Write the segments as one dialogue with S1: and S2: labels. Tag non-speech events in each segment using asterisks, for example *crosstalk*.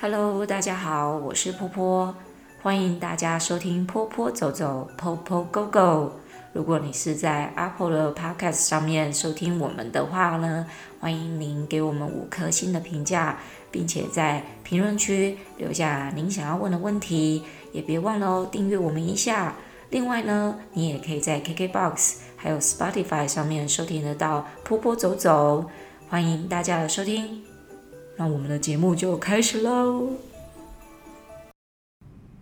S1: Hello，大家好，我是波波，欢迎大家收听波波走走 Popo Go Go。如果你是在 Apple 的 Podcast 上面收听我们的话呢，欢迎您给我们五颗星的评价，并且在评论区留下您想要问的问题，也别忘了哦，订阅我们一下。另外呢，你也可以在 KKBOX 还有 Spotify 上面收听得到波波走走，欢迎大家的收听。那我们的节目就开始喽。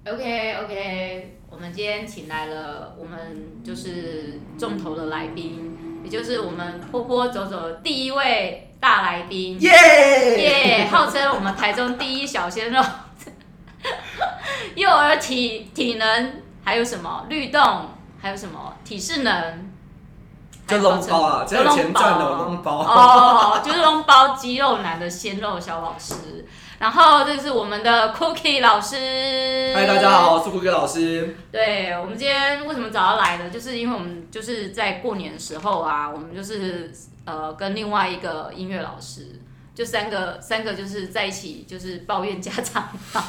S2: OK OK，我们今天请来了我们就是重头的来宾，也就是我们坡坡走走的第一位大来宾，耶、号称我们台中第一小鲜肉，幼儿体体能，还有什么律动，还有什么体适能。
S3: 就笼包啊，只
S2: 还有
S3: 要有
S2: 包
S3: 钱赚的我笼包。 *laughs*
S2: 哦，就是笼包肌肉男的鲜肉小老师，然后这是我们的 Cookie 老师。
S3: 嗨，大家好，我是酷哥老师。
S2: 对我们今天为什么找他来呢？就是因为我们就是在过年的时候啊，我们就是呃跟另外一个音乐老师，就三个三个就是在一起就是抱怨家长， *laughs*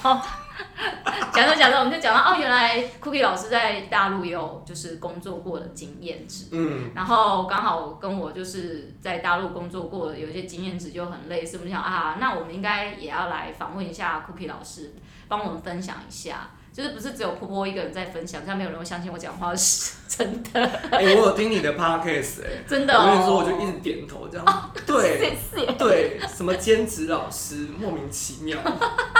S2: 然后讲着讲着我们就讲到哦，原来 Cookie 老师在大陆也有就是工作过的经验值，
S3: 嗯，
S2: 然后刚好跟我就是在大陆工作过，有一些经验值就很类似，我们想啊，那我们应该也要来访问一下 Cookie 老师，帮我们分享一下。就是不是只有婆婆一个人在分享，这样没有人会相信我讲话是真的，
S3: 哎、我有听你的 podcast 哎、
S2: 真的、
S3: 我
S2: 哦。
S3: 跟你说，我就一直点头这样。
S2: *laughs*
S3: 对
S2: 谢谢。
S3: 对，什么兼职老师，莫名其妙， *laughs*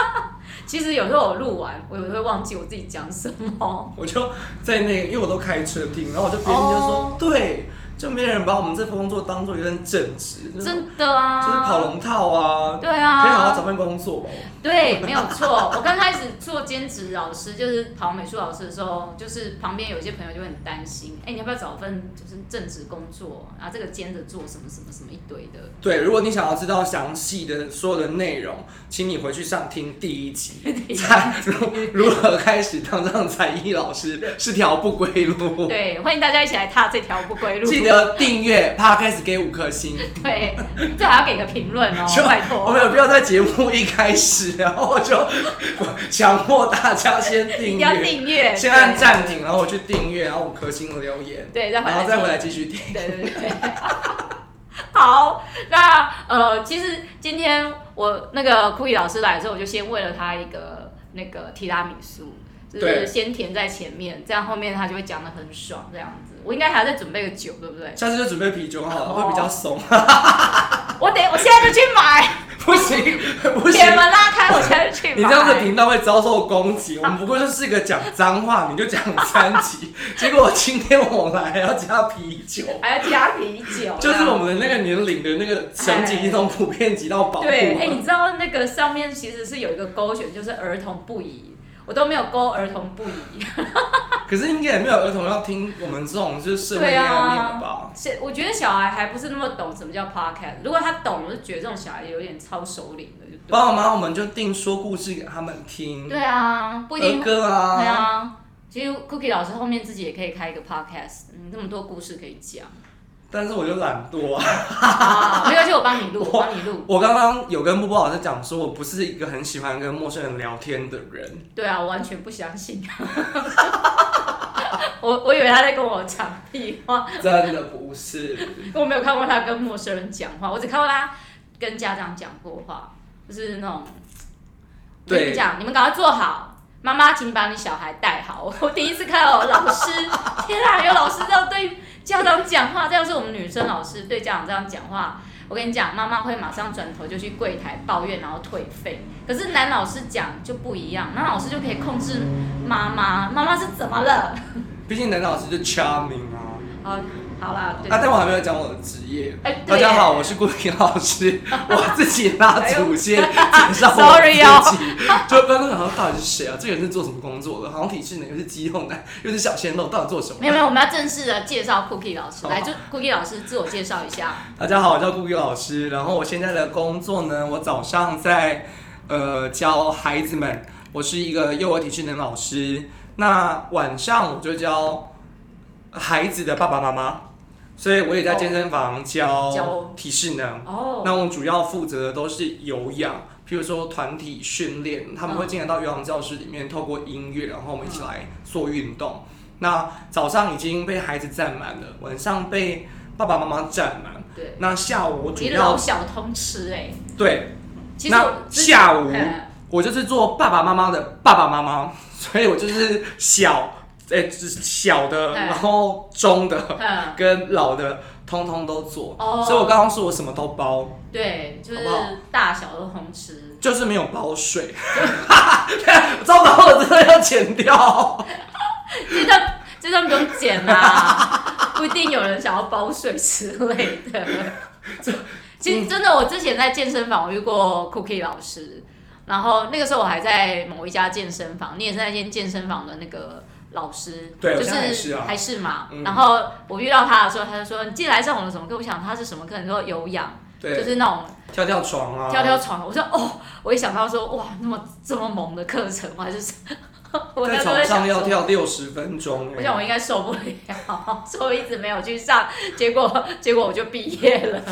S2: 其实有时候我录完，我也会忘记我自己讲什么。
S3: 我就在那个，因为我都开车听，然后我就边听就说
S2: 哦
S3: 对，就没人把我们这份工作当做一份正职，就是
S2: 真的啊。
S3: 就是跑龙套啊，
S2: 对啊。
S3: 可以好好找份工作吧。
S2: 对，没有错。我刚开始做兼职老师，就是跑美术老师的时候，就是旁边有一些朋友就会很担心，哎、你要不要找份就是正职工作，然后这个兼着做什么什么什么一堆的。
S3: 对，如果你想要知道详细的所有的内容，请你回去上听第一
S2: *laughs*
S3: 集，才如如何开始当上才艺老师是条不归路。
S2: 对，欢迎大家一起来踏这条不归路。 *laughs*
S3: 记得订阅 Podcast 给五颗星，
S2: 对，最好要给个评论 *laughs* 哦，拜
S3: 我
S2: 托。
S3: 们有必要在节目一开始，然后我就强迫大家先
S2: 一
S3: 订
S2: 定要
S3: 阅，
S2: 订 *laughs* 阅，
S3: 先按暂停，然后我去订阅，然后五颗星的留言，
S2: 对，对，再回来，
S3: 然后再回来继续听。
S2: 对对对。 *laughs* 好，那呃，其实今天我那个酷艺老师来的时候，我就先喂了他一个那个提拉米苏，就是
S3: 对？
S2: 先填在前面，这样后面他就会讲的很爽，这样子。我应该还要再准备个酒，对不对
S3: *laughs* 下次就准备啤酒好了，会比较松。 *laughs*
S2: 我得，我现在就去买，
S3: 不行不行
S2: 铁，门拉开，我现在就去买。
S3: 你这样的频道会遭受攻击。我们不过就是一个讲脏话，你就讲三集，结果今天我来还要加啤酒，
S2: 还要加啤酒，
S3: 就是我们的那个年龄的那个层级已经从普遍级到保护
S2: 对，哎、
S3: 了。
S2: 你知道那个上面其实是有一个勾选，就是儿童不宜，我都没有勾儿童不宜。
S3: 可是应该也没有儿童要听我们这种就是社会黑
S2: 对
S3: 暗面了
S2: 啊
S3: 吧？，
S2: 是我觉得小孩还不是那么懂什么叫 podcast。如果他懂，我就觉得这种小孩有点超首领的，就对
S3: 爸
S2: 了。
S3: 爸妈妈，我们就定说故事给他们听，
S2: 对啊，不一
S3: 儿
S2: 定。
S3: 歌
S2: 对
S3: 啊，
S2: 啊，其实 Cookie 老师后面自己也可以开一个 podcast，嗯，那么多故事可以
S3: *laughs*
S2: 讲。
S3: 但是我就懒惰啊。
S2: 啊，没关系，我帮
S3: *laughs*
S2: 你录，我帮你录。
S3: 我刚刚有跟波波老师讲说，我不是一个很喜欢跟陌生人聊天的人，
S2: 对啊，我完全不相信。 *laughs* 我我以为他在跟我讲屁话，
S3: 真的不是。
S2: 我没有看过他跟陌生人讲话，我只看过他跟家长讲过话，就是那种，我
S3: 对
S2: 跟你讲，你们赶快做好，妈妈请把你小孩带好。 *laughs* 我第一次看到我老
S3: *laughs*
S2: 师，天啊，有老师这样对家长讲话，这要是我们女生老师对家长这样讲话。我跟你讲，妈妈会马上转头就去柜台抱怨，然后退费。可是男老师讲就不一样，男老师就可以控制妈妈，妈妈是怎么了？
S3: 毕竟男老师就 charming 啊。
S2: 好，好啦，对。
S3: 啊，但我还没有讲我的职业。
S2: 哎对
S3: 大
S2: 耶
S3: 家好，我是顾平
S2: *laughs*
S3: 老师，我自己拉祖先介绍
S2: Sorry 哦
S3: 我自己，就刚刚想说到底是谁啊？这个人是做什么工作的？好像体制呢，又是肌肉男，又是小鲜肉，到底做什么
S2: 没？有没有，我们要正式的介绍 Cookie 老师，
S3: 好
S2: 来，就 Cookie 老师自我介绍一下。
S3: 大家好，我叫顾平老师，然后我现在的工作呢，我早上在呃教孩子们，我是一个幼儿体智能老师，那晚上我就教孩子的爸爸妈妈，所以我也在健身房
S2: 教
S3: 教体适能。
S2: 哦，
S3: 那我主要负责的都是有氧，譬如说团体训练，他们会进来到游泳教室里面，透过音乐，然后我们一起来做运动。那早上已经被孩子占满了，晚上被爸爸妈妈占满。
S2: 对，
S3: 那下午我主
S2: 你
S3: 要
S2: 老小通吃哎，
S3: 对，
S2: 其实
S3: 那
S2: 我之前
S3: 下午
S2: 嗯
S3: 我就是做爸爸妈妈的爸爸妈妈， *laughs* 所以我就是小，哎、就是小的，
S2: 哎
S3: 然后中的
S2: 嗯，
S3: 跟老的，通通都做。
S2: 哦
S3: 所以我刚刚说我什么都包，
S2: 对，就是
S3: 好不好
S2: 大小都通吃，
S3: 就是没有包水。 *laughs* 糟糕，我真的要剪掉。
S2: 这段这段不用剪
S3: *laughs*
S2: 啦，不一定有人想要包水之类的。其实
S3: 嗯
S2: 真的，我之前在健身房我遇过 Cookie 老师，然后那个时候我还在某一家健身房，你也是那间健身房的那个老师，
S3: 对
S2: 就
S3: 我现在还是啊
S2: 还是嘛。
S3: 嗯
S2: 然后我遇到他的时候，他就说：“你进来上我的什么课？”我想他是什么课？你说有氧，
S3: 对，
S2: 就是那种
S3: 跳跳床啊，
S2: 跳跳床。我说哦，我一想到说哇，那么这么猛的课程，我还是我那
S3: 在
S2: 时候在
S3: 床
S2: 想
S3: 上
S2: 说
S3: 要跳六十分钟、欸
S2: 我想我应该受不了，所以我一直没有去上，结果结果我就毕业了。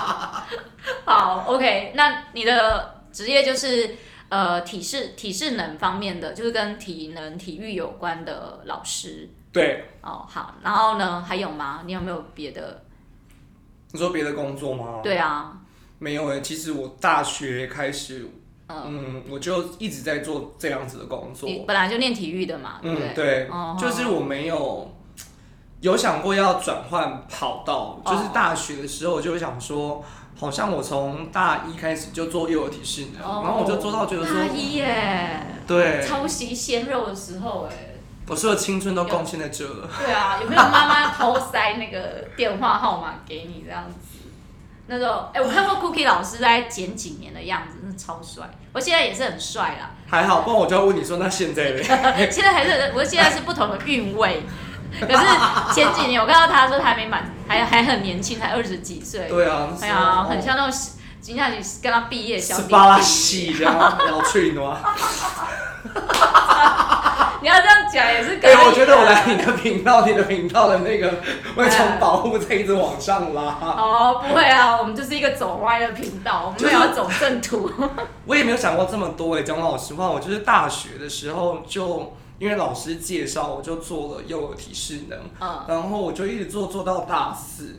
S2: *laughs* 好，OK，那你的职业就是呃体适体适能方面的，就是跟体能体育有关的老师
S3: 对，
S2: 哦。好，然后呢还有吗？你有没有别的？
S3: 你说别的工作吗？
S2: 对啊，
S3: 没有诶、欸其实我大学开始，
S2: 嗯
S3: 嗯，我就一直在做这样子的工作。
S2: 你本来就练体育的嘛，对不啊对？
S3: 嗯，对，
S2: 哦
S3: 就是我没有有想过要转换跑道，
S2: 哦
S3: 就是大学的时候我就想说，好像我从大一开始就做幼儿体适能，
S2: 哦
S3: 然后我就做到觉得
S2: 大
S3: 说，
S2: 一耶，
S3: 对，
S2: 抄袭鲜肉的时候哎。
S3: 我所有青春都贡献在这了。
S2: 对啊，有没有妈妈偷塞那个电话号码给你这样子？那时候，哎、我看过 Cookie 老师在前几年的样子，真的超帅。我现在也是很帅
S3: *laughs*
S2: 啦，
S3: 还好，不然我就要问你说，那现在
S2: *laughs*
S3: 嘞？
S2: 现在还是，我现在是不同的韵味。可是前几年我看到他说他还没满，还还很年轻，才二十几岁。
S3: 对啊，
S2: 哎呀，很像那种金夏雨跟他毕业小
S3: 十
S2: 弟弟。
S3: 八系，然后啊然后去
S2: *laughs*
S3: 暖。
S2: 你要这样讲也是可
S3: 对
S2: 以。，
S3: 哎我觉得我来你的频道，你的频道的那个会从保护在一直往上拉。
S2: 哦，不会啊，我们就是一个走歪的频 *laughs* 道，我们没有要走正途。
S3: 我也没有想过这么多诶、欸讲老实话，我就是大学的时候就因为老师介绍，我就做了幼儿体适能，
S2: 嗯，
S3: 然后我就一直做做到大四，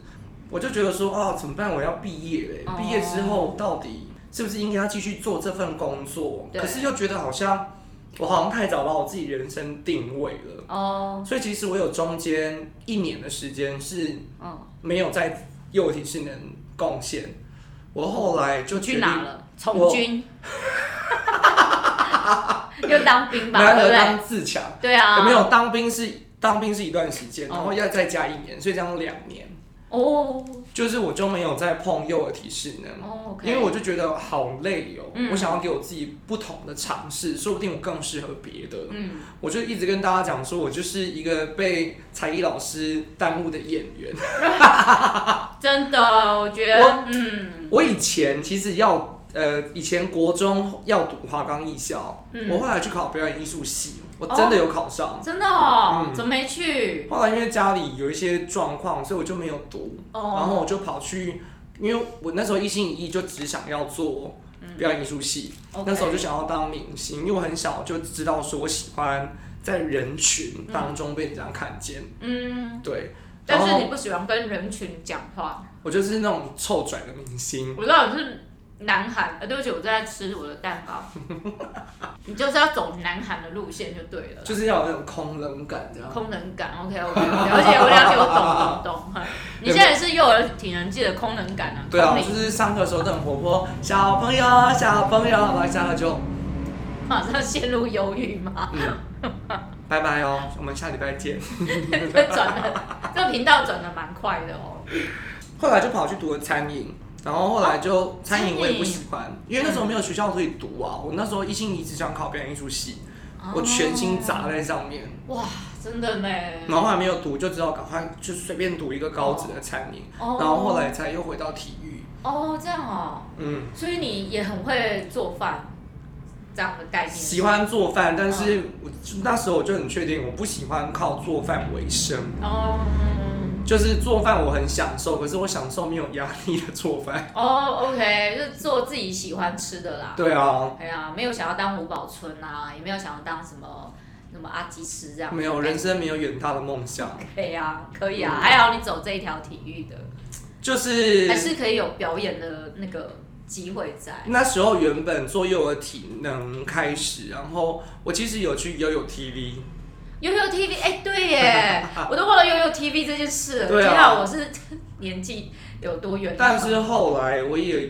S3: 我就觉得说啊，怎么办？我要毕业嘞、
S2: 哦
S3: 毕业之后到底是不是应该要继续做这份工作？
S2: 对
S3: 可是又觉得好像我好像太早把我自己人生定位了，
S2: 哦，
S3: 所以其实我有中间一年的时间是
S2: 嗯。
S3: 没有在幼儿体适能贡献。我后来就决
S2: 去
S3: 定
S2: 哪了？从
S3: 我
S2: 军， *laughs* 又当兵吧，
S3: 来
S2: 对不
S3: 了
S2: 对？
S3: 当自强。
S2: 对啊，
S3: 没有当兵是当兵是一段时间，
S2: 哦
S3: 然后要再加一年，所以这样两年，
S2: 哦
S3: 就是我就没有再碰幼儿体适能，
S2: 哦，OK，
S3: 因为我就觉得好累哦
S2: 嗯，
S3: 我想要给我自己不同的尝试，说不定我更适合别的。
S2: 嗯，
S3: 我就一直跟大家讲说，我就是一个被才艺老师耽误的演员。
S2: 真的，我觉得
S3: 我
S2: 嗯
S3: 我以前其实要呃，以前国中要读华冈艺校，
S2: 嗯哦
S3: 我后来去考表演艺术系，我真的有考上。
S2: 真的哦，
S3: 嗯
S2: 怎么没去？
S3: 后来因为家里有一些状况，所以我就没有读。然后
S2: 哦，
S3: 我就跑去，因为我那时候一心一意就只想要做
S2: 嗯
S3: 表演艺术系，那时候我就想要当明星，因为我很小就知道说我喜欢在人群当中被人家看见，
S2: 嗯，
S3: 对。然
S2: 但是
S3: 后
S2: 你不喜欢跟人群讲话，
S3: 我就是那种臭拽的明星，
S2: 我知道你是南韩，呃，对不起，我正在吃我的蛋糕，
S3: *laughs*
S2: 你就是要走南韩的路线就对了啦。
S3: 就是要有那种空冷感这样。
S2: 空能感，OK，我了解，我了解，我懂懂懂。
S3: *laughs*
S2: 嗨你现在也是幼儿体能界的空能感啊，
S3: 对啊，
S2: 空
S3: 我
S2: 灵
S3: 就是上课的时候都很活泼，小朋友，小朋友，然后下课就嗯
S2: 马上陷入忧郁
S3: *laughs*
S2: 嘛， *laughs*
S3: 拜拜哦，我们下礼拜见。
S2: 这转的这个频道转的蛮快的哦。
S3: 后来就跑去读了餐饮，然后后来就餐饮我也不喜欢，因为那
S2: 嗯
S3: 时候没有学校可以读啊。我那时候一心一意只想考表演艺术系，我全心砸在上面，
S2: 哦哇，真的呢。
S3: 然后后来没有读，就只好赶快就随便读一个高职的餐饮，
S2: 哦
S3: 然后后来才又回到体育。
S2: 哦，这样哦，
S3: 嗯，
S2: 所以你也很会做饭，这样的概念。
S3: 喜欢做饭，但
S2: 嗯
S3: 是我就那时候我就很确定，我不喜欢靠做饭为生。
S2: 哦，嗯
S3: 就是做饭我很享受，可是我享受没有压力的做饭。
S2: 哦、o k 就做自己喜欢吃的啦。
S3: 对啊，
S2: 哎呀，没有想要当五宝村啊，也没有想要当什么什么阿基师这样。
S3: 没有人生没有远大的梦想，
S2: 可以啊，可以啊，还好你走这一条体育的，
S3: 就是
S2: 还是可以有表演的那个机会在。
S3: 那时候原本做幼儿体能开始，然后我其实有去游泳 TV，
S2: 悠悠 TV，哎、对
S3: *laughs*
S2: 耶，我都忘了悠悠 TV 这件事了。
S3: 对啊
S2: 天啊，我是 *laughs* 年纪有多远啊？
S3: 但是后来我也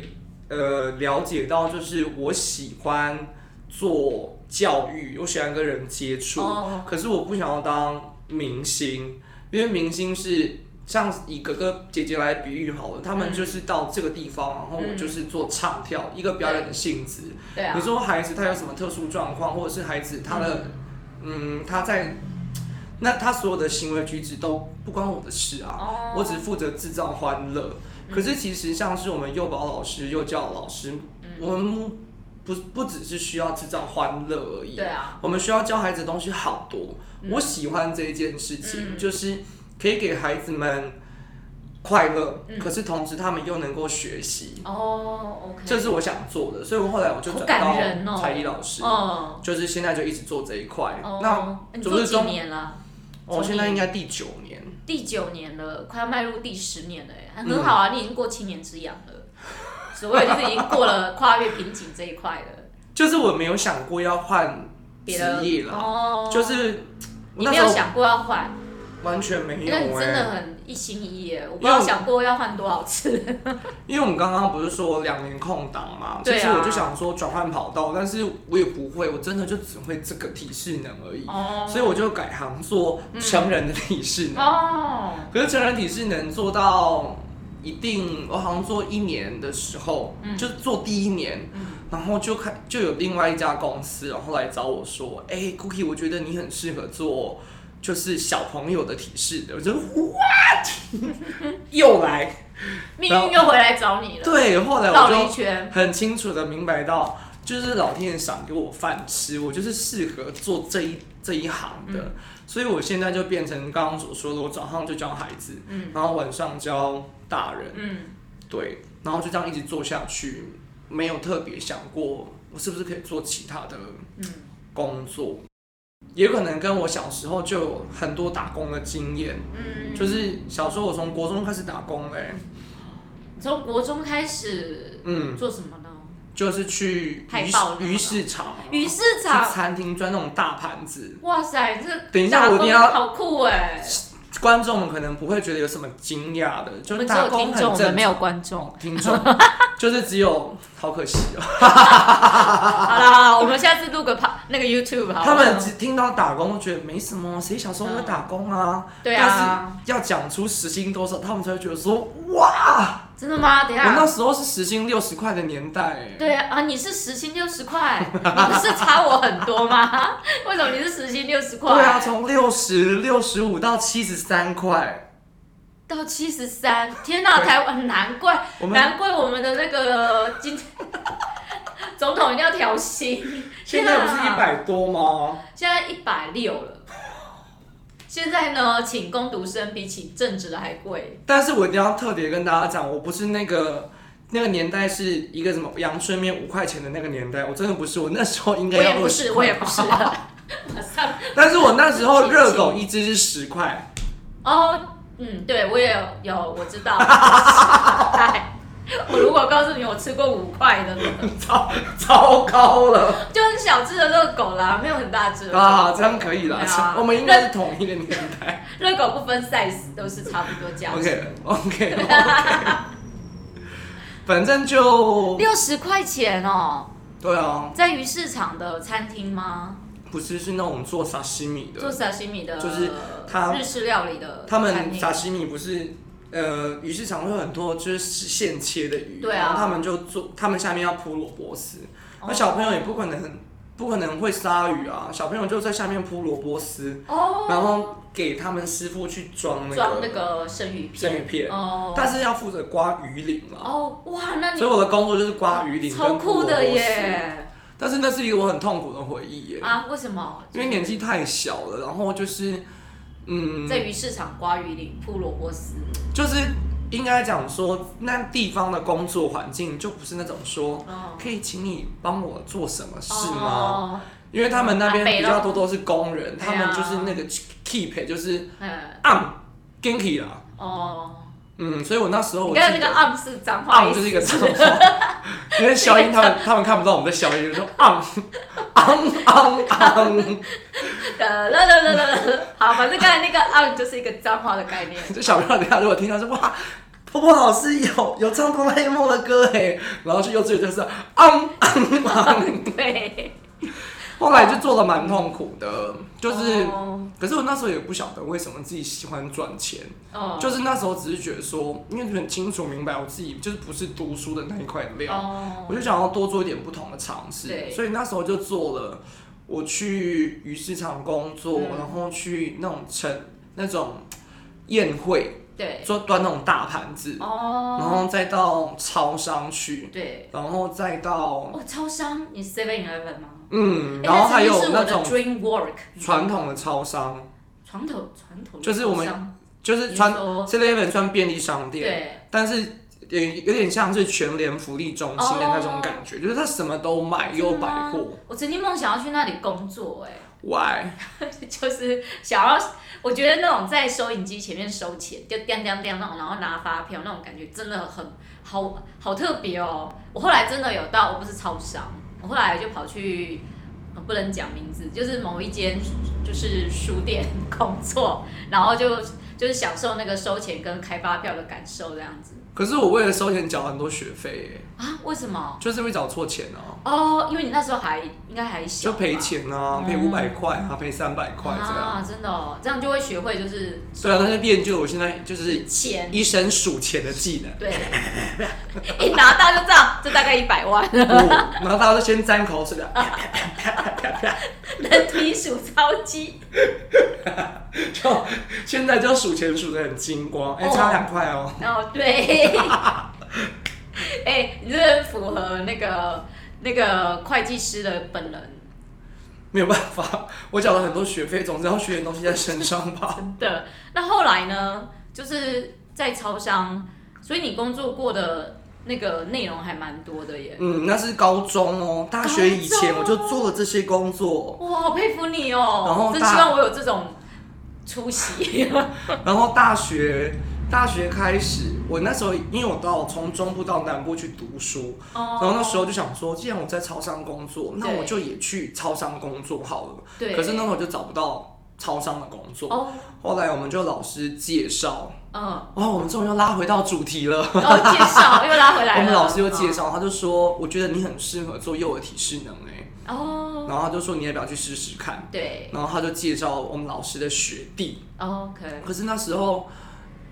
S3: 呃了解到，就是我喜欢做教育，我喜欢跟人接触，
S2: 哦
S3: 可是我不想要当明星，因为明星是像以哥哥姐姐来比喻好了，他们就是到这个地方，然后我就是做唱跳、一个表演的性质。
S2: 对啊
S3: 你，说孩子他有什么特殊状况，或者是孩子他的嗯他在那他所有的行为举止都不关我的事啊。
S2: 哦
S3: 我只负责制造欢乐。可
S2: 嗯
S3: 是其实像是我们幼保老师、幼教老师，
S2: 嗯
S3: 我们不不只是需要制造欢乐而已
S2: 对，啊，
S3: 我们需要教孩子的东西好多。
S2: 嗯
S3: 我喜欢这一件事情，就是可以给孩子们快乐，
S2: 嗯
S3: 可是同时他们又能够学习，
S2: 哦，OK，
S3: 这是我想做的。所以我后来我就
S2: 好
S3: 转
S2: 感人
S3: 到
S2: 哦
S3: 才艺老师，
S2: 哦，
S3: 就是现在就一直做这一块。
S2: 哦
S3: 那
S2: 你
S3: 总
S2: 做
S3: 之
S2: 几
S3: 中
S2: 年了？
S3: 我现在应该第九年，
S2: 第九年了，快要迈入第十年了耶，很好
S3: 嗯
S2: 啊，你已经过七年之痒了，所谓就是已经过了跨越瓶颈这一块了，
S3: 就是我没有想过要换职
S2: 别的
S3: 业啦。
S2: 哦，
S3: 就是我
S2: 你
S3: 那
S2: 没
S3: 时
S2: 有
S3: 候
S2: 想过要换，
S3: 完全没有
S2: 那你真
S3: 哎、
S2: 的很一心一意耶，我不知道想过要换多少次，
S3: 因为我们刚刚不是说两年空档嘛，其
S2: 对啊
S3: 实我就想说转换跑道，但是我也不会，我真的就只会这个体适能而已，
S2: *laughs* 哦
S3: 所以我就改行做成人的体适能。
S2: 哦，
S3: 可是成人体适能做到一定，我好像做一年的时候，就做第一年，然后就看就有另外一家公司，然后来找我说，哎、c o o k i e 我觉得你很适合做就是小朋友的体适能，我就 what *laughs* 又来，
S2: 命运又回来找你了，
S3: 对，后来
S2: 绕了一
S3: 我
S2: 圈
S3: 就，很清楚的明白到，就是老天爷赏给我饭吃，我就是适合做这一这一行的，
S2: 嗯
S3: 所以我现在就变成刚刚所说的，我早上就教孩子，
S2: 嗯
S3: 然后晚上教大人，
S2: 嗯，
S3: 对，然后就这样一直做下去，没有特别想过我是不是可以做其他的
S2: 嗯
S3: 工作，也可能跟我小时候就有很多打工的经验，
S2: 嗯，
S3: 就是小时候我从国中开始打工哎嘞、
S2: 从国中开始
S3: 嗯。
S2: 做什么呢？
S3: 就是去
S2: 太
S3: 鱼市
S2: 爆了
S3: 鱼市场，
S2: 鱼市
S3: 去
S2: 场，
S3: 餐厅赚那种大盘子。
S2: 哇塞，这
S3: 等一下我一定要
S2: 打工好酷哎。
S3: 观众们可能不会觉得有什么惊讶的，
S2: 我
S3: 就
S2: 们
S3: 是
S2: 只
S3: 打
S2: 有
S3: 工
S2: 听
S3: 很
S2: 众，我们
S3: 正
S2: 没
S3: 常。
S2: 有观众。
S3: 听众
S2: *laughs*
S3: 就是只有，好可惜
S2: 好啦
S3: 哦。
S2: 好啦，我们下次录个 p 那个 YouTube 好了。
S3: 啊
S2: 啊嗯
S3: 他们只听到打工，觉得没什么，谁小时候会打工啊？
S2: 对啊，
S3: 但是要讲出时薪多少，他们才会觉得说，哇，
S2: 真的吗？等一
S3: 我那
S2: 下，
S3: 时候是时薪六十块的年代。
S2: 对啊，你是时薪六十块，你不是差我很多吗？ *laughs* 为什么你是时薪六十块？
S3: 对啊，从六十六十五到七十三块，
S2: 到七十三，天哪，
S3: 对
S2: 台湾难怪
S3: 我，们
S2: 难怪我们的那个今 *laughs* 总统一定要调薪，
S3: 现在不是
S2: 天
S3: 一
S2: 啊
S3: 百多吗？
S2: 现在一百六了。现在呢，请工读生比起正职的还贵。
S3: 但是我一定要特别跟大家讲，我不是那个那个年代是一个什么阳春面五块钱的那个年代，我真的不是，我那时候应
S2: 我
S3: 该
S2: 也
S3: 要
S2: 不
S3: 二
S2: 是，
S3: 十
S2: 我
S3: 块，
S2: 也不是。啊
S3: 但是我那时候热狗一只是十块，
S2: 哦，嗯，对，我也有，有我知
S3: *laughs*
S2: 道。哎我如果告诉你我吃过五块的， *laughs*
S3: 糟糟糕了
S2: 就很小只的热狗啦，没有很大只的热狗。
S3: 啊！这样可以啦，
S2: 对啊
S3: 我们应该是同一个年代。
S2: 热狗不分 size 都是差不多价钱。
S3: OK OK OK，反正就
S2: 六十块钱哦，
S3: 对啊，
S2: 在鱼市场的餐厅吗？
S3: 不是是那种做沙西米
S2: 做
S3: 的，
S2: 沙西米的，
S3: 就是它
S2: 日式料理的
S3: 他
S2: 呃餐
S3: 们
S2: 厅
S3: 沙西米不是呃鱼市场会有很多就是现切的鱼，
S2: 对啊
S3: 然后他们就做，他们下面要铺萝卜丝，
S2: 哦
S3: 那小朋友也不可能不可能会杀鱼啊，小朋友就在下面铺萝卜丝，
S2: 哦，
S3: 然后给他们师傅去装那
S2: 装那
S3: 个
S2: 个生鱼片。
S3: 生鱼片，
S2: 哦
S3: 但是要负责刮鱼鳞啦。
S2: 哦，哇，那你
S3: 所以我的工作就是刮鱼鳞
S2: 超
S3: 跟铺
S2: 酷
S3: 萝卜
S2: 的
S3: 丝，
S2: 耶！啊
S3: 但是那是一个我很痛苦的回忆耶，
S2: 啊，为什么？
S3: 因为年纪太小了，然后就是嗯，
S2: 在鱼市场刮鱼鳞、铺萝卜丝。
S3: 就是应该讲说，那地方的工作环境就不是那种说，
S2: 哦，
S3: 可以请你帮我做什么事吗？
S2: 哦？
S3: 因为他们那边
S2: 啊北
S3: 比
S2: 咯
S3: 较多都是工人，
S2: 对啊
S3: 他们就是那个 keep 就是
S2: 嗯，
S3: 暗 g a n k y 啦，
S2: 哦，
S3: 嗯，所以我那时候
S2: 你
S3: 我
S2: 看
S3: 记
S2: 那个
S3: 得
S2: “on” 是脏话
S3: 暗
S2: 意
S3: 就
S2: 思，
S3: 是一个
S2: *laughs*
S3: 称号，因为消音他们他们看不到我们在消音，就说暗昂昂昂，
S2: 呃，啦啦啦啦啦好，反正刚才那个 “on” 就是一个脏话的概念。
S3: *laughs* 就小朋友等一下如果听到说哇。波波老师有有唱哆啦 A 梦的歌哎，然后去幼稚园就是昂昂昂，
S2: 对，
S3: 后来就做的蛮痛苦的，就是，
S2: 哦，
S3: 可是我那时候也不晓得为什么自己喜欢赚钱，
S2: 哦
S3: 就是那时候只是觉得说，因为很清楚明白我自己就是不是读书的那一块料，
S2: 哦
S3: 我就想要多做一点不同的尝试，
S2: 对
S3: 所以那时候就做了，我去鱼市场工作，
S2: 嗯
S3: 然后去那种城那种宴会，
S2: 对，
S3: 就端那种大盘子，然
S2: 哦，
S3: 后再到超商去，
S2: 对，
S3: 然后再到
S2: 哦，超商，你 Seven Eleven 吗？
S3: 嗯，
S2: 诶
S3: 然后还有
S2: 那是我
S3: 那
S2: 的
S3: 种
S2: Dream Work
S3: 传统的超商。
S2: 传统传统的
S3: 就是我们
S2: 超商
S3: 就是穿
S2: 你说
S3: Seven 算便利商店，
S2: 对
S3: 但是有有点像是全联福利中心的那种感觉，就是它什么都卖，也有
S2: 哦真的
S3: 百
S2: 吗
S3: 货。
S2: 我曾经梦想要去那里工作、
S3: Why？
S2: 哎，就是想要，我觉得那种在收银机前面收钱，就叮叮叮那种，然后拿发票那种感觉，真的很好，好特别哦。我后来真的有到，我不是超商，我后来就跑去，呃不能讲名字，就是某一间就是书店工作，然后就就是享受那个收钱跟开发票的感受这样子
S3: 可是我为了收钱缴很多学费耶，
S2: 啊？为什么？
S3: 就是会找错钱啊，
S2: 哦，因为你那时候还应该还小
S3: 就
S2: 吧，
S3: 赔钱啊，
S2: 嗯
S3: 赔五百块啊，赔三百块这样。
S2: 啊，真的、哦，这样就会学会就是
S3: 对啊，但是练就我现在就是
S2: 钱，
S3: 一身数钱的
S2: *laughs*
S3: 技能。
S2: 对，一拿到就这样，这大概一百 *laughs* 万，
S3: 哦然后大家都先沾口水啊的，
S2: 人体数钞 *laughs* 机，
S3: 就 *laughs* 现在就数钱数的很精光，哎、差两块哦。
S2: 然后对， *laughs* 哎、你这符合那个那个会计师的本能，
S3: 没有办法，我缴了很多学费，总是要学点东西在身上吧。
S2: 真的。那后来呢，就是在超商，所以你工作过的那个内容还蛮多的耶，
S3: 嗯，那是高中哦，大学以前
S2: 高中
S3: 我就做了这些工作，
S2: 哇，好佩服你哦，
S3: 然后
S2: 真
S3: 大
S2: 希望我有这种出
S3: *laughs*
S2: 息，
S3: 然后大学大学开始，我那时候因为我到从中部到南部去读书，
S2: 哦
S3: 然后那时候就想说，既然我在超商工作，那
S2: 对
S3: 我就也去超商工作好了。
S2: 对，
S3: 可是那时候就找不到超商的工作，
S2: 哦，
S3: 后来我们就老师介绍，
S2: 嗯。
S3: 哇，我们终于又拉回到主题了。
S2: 哦，介绍又拉回 *laughs* 来了。嗯
S3: 我们老师又介绍，他就说，我觉得你很适合做幼儿体适能诶、
S2: 哦，
S3: 然后他就说你要不要去试试看？
S2: 对
S3: 然后他就介绍我们老师的学弟，
S2: ，OK，
S3: 可是那时候，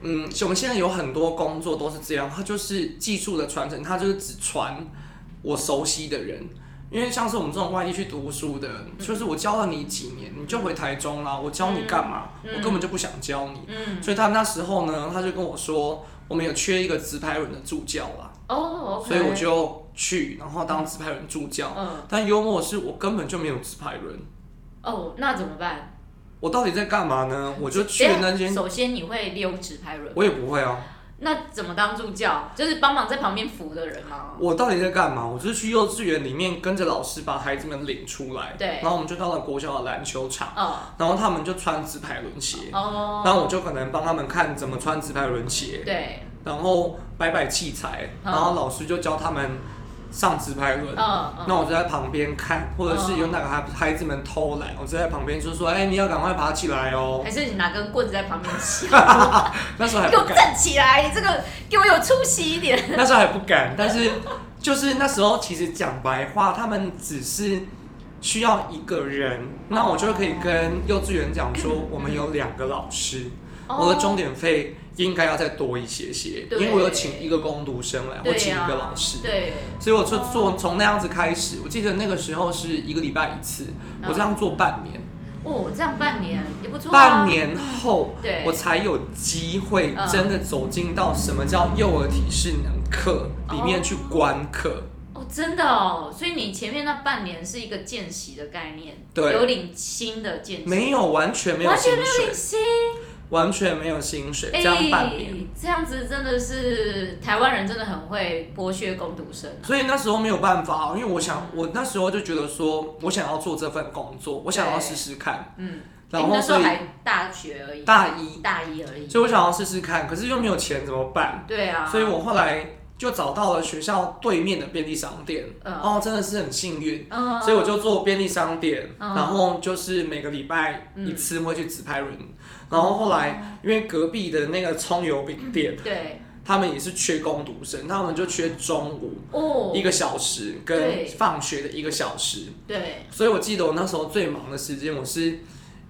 S3: 嗯，我们现在有很多工作都是这样，他就是技术的传承，他就是只传我熟悉的人。因为像是我们这种外地去读书的，
S2: 嗯
S3: 就是我教了你几年，你就回台中啦。我教你干嘛？
S2: 嗯
S3: 我根本就不想教你。
S2: 嗯，
S3: 所以他那时候呢，他就跟我说，我们有缺一个直排轮的助教啦，
S2: 哦，OK，
S3: 所以我就去，然后当直排轮助教。
S2: 嗯，
S3: 但幽默的是我根本就没有直排轮，
S2: 哦，那怎么办？
S3: 我到底在干嘛
S2: *laughs*
S3: 呢？我就去
S2: 等一下
S3: 那间，
S2: 首先你会溜直排轮，
S3: 我也不会啊。
S2: 那怎么当助教？就是帮忙在旁边扶的人吗？
S3: 我到底在干嘛？我就是去幼稚园里面跟着老师把孩子们领出来，
S2: 对
S3: 然后我们就到了国小的篮球场，
S2: 哦，
S3: 然后他们就穿直排轮鞋，
S2: 哦，
S3: 然后我就可能帮他们看怎么穿直排轮鞋，
S2: 对，
S3: 然后摆摆器材，
S2: 嗯
S3: 然后老师就教他们上直排轮。
S2: 嗯
S3: 那我就在旁边看，或者是有哪个孩孩子们偷懒，我就在旁边就说：“哎、你要赶快爬起来哦
S2: 嗯，！”还是你拿根棍子在旁边敲，
S3: 那 *laughs* 时候还
S2: 给
S3: 不
S2: 我
S3: 敢。
S2: 站起来，这个给我有出息一点。
S3: 那时候还不敢，但是就是那时候其实讲白话，他们只是需要一个人，那我就可以跟幼稚园讲说，
S2: 嗯
S3: 我们有两个老师，
S2: 哦
S3: 我的钟点费应该要再多一些些，因
S2: 对
S3: 为我有请一个工读生来，我
S2: 对
S3: 请
S2: 呀
S3: 一个老师。
S2: 对，哦
S3: 所以我就做从那样子开始，我记得那个时候是一个礼拜一次，
S2: 嗯
S3: 我这样做半年，
S2: 哦，这样半年也不错啊，
S3: 半年后
S2: 对
S3: 我才有机会
S2: 嗯
S3: 真的走进到什么叫幼儿体适能课里面去观课。
S2: 哦，真的哦，所以你前面那半年是一个见习的概念，
S3: 对
S2: 有领薪的见习，
S3: 没有，完全没有
S2: 完
S3: 薪
S2: 全没有
S3: 水
S2: 领，薪，
S3: 完全没有薪水，
S2: 哎，
S3: 这样半年。
S2: 这样子真的是台湾人真的很会剥削工读生啊，
S3: 所以那时候没有办法，因为我想，我那时候就觉得说，我想要做这份工作，我想要试试看。
S2: 嗯，
S3: 然
S2: 哎
S3: 后
S2: 那时
S3: 所
S2: 候
S3: 以
S2: 还大学而已，
S3: 大一，
S2: 大一而已，
S3: 所以我想要试试看，可是又没有钱怎么办？
S2: 对啊，
S3: 所以我后来就找到了学校对面的便利商店，
S2: 嗯
S3: 哦，真的是很幸运。
S2: 嗯，
S3: 所以我就做便利商店，
S2: 嗯
S3: 然后就是每个礼拜一次会去直拍轮，
S2: 嗯
S3: 然后后来因为隔壁的那个葱油饼店，
S2: 对
S3: 他们也是缺工读生，他们就缺中午
S2: 哦
S3: 一，个小时跟
S2: 对
S3: 放学的一个小时，
S2: 对
S3: 所以我记得我那时候最忙的时间，我是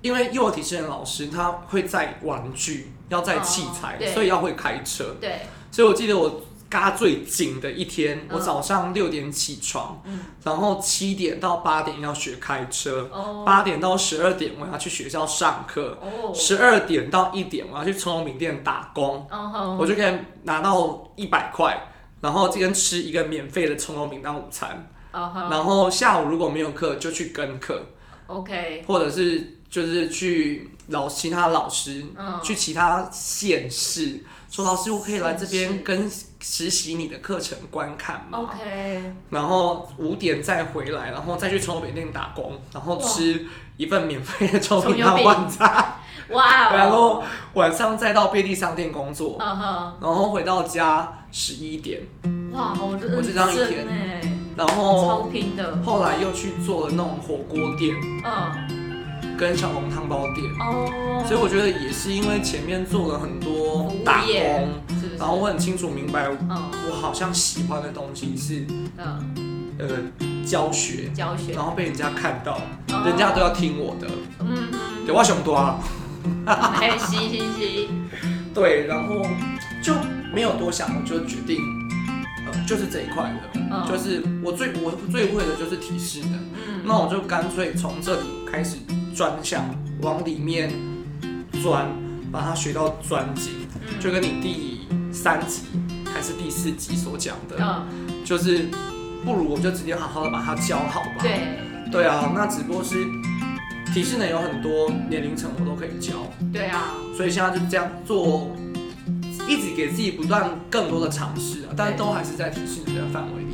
S3: 因为幼儿体适能老师他会载玩具，要载器材
S2: 哦，对
S3: 所以要会开车，
S2: 对，
S3: 所以我记得我嘎最紧的一天，
S2: 嗯
S3: 我早上六点起床，然后七点到八点要学开车，
S2: 哦
S3: 八点到十二点我要去学校上课，
S2: 哦，
S3: 十二点到一点我要去葱油饼店打工，
S2: 哦吼
S3: 我就可以拿到一百块。然后今天吃一个免费的葱油饼当午餐，
S2: 哦吼
S3: 然后下午如果没有课就去跟课，
S2: ，OK，
S3: 或者是就是去老其他老师
S2: 嗯，
S3: 去其他县市，说老师，我可以来这
S2: 县市哦
S3: 边跟实习你的课程观看吗
S2: OK，
S3: 然后五点再回来，然后再去葱油饼店打工，然后
S2: 哇
S3: 吃一份免费的葱油饼
S2: 葱油
S3: 当
S2: 饼
S3: 晚餐，
S2: 哇哦，
S3: 然后晚上再到便利商店工作，
S2: 嗯哼，
S3: 然后回到家十一点，
S2: 哇，好认
S3: 我是这样一天哦
S2: 真哎，
S3: 然
S2: 超
S3: 后
S2: 拼的，
S3: 后来又去做了那种火锅店
S2: 嗯，
S3: 跟小笼汤包店，
S2: 哦，
S3: 所以我觉得也是因为前面做了很多
S2: 服务
S3: 打
S2: 业
S3: 工，
S2: 是不是？
S3: 然后我很清楚明白
S2: 嗯
S3: 我好像喜欢的东西是
S2: 嗯，
S3: 呃教学，
S2: 教学，
S3: 然后被人家看到，
S2: 哦
S3: 人家都要听我的，
S2: 嗯嗯，
S3: 对，我想多啊，
S2: 哎，是是是，
S3: 对，然后就没有多想，我就决定，呃，就是这一块了，
S2: 嗯
S3: 就是我最我最会的就是体适能，
S2: 嗯
S3: 那我就干脆从这里开始专项往里面钻，把它学到专精，
S2: 嗯
S3: 就跟你第三集还是第四集所讲的，
S2: 嗯，
S3: 就是不如我就直接好好的把它教好吧。
S2: 对
S3: 对啊，那只不过是体适能有很多年龄层我都可以教，
S2: 对啊，
S3: 所以现在就这样做，一直给自己不断更多的尝试啊，但都还是在体适能的范围里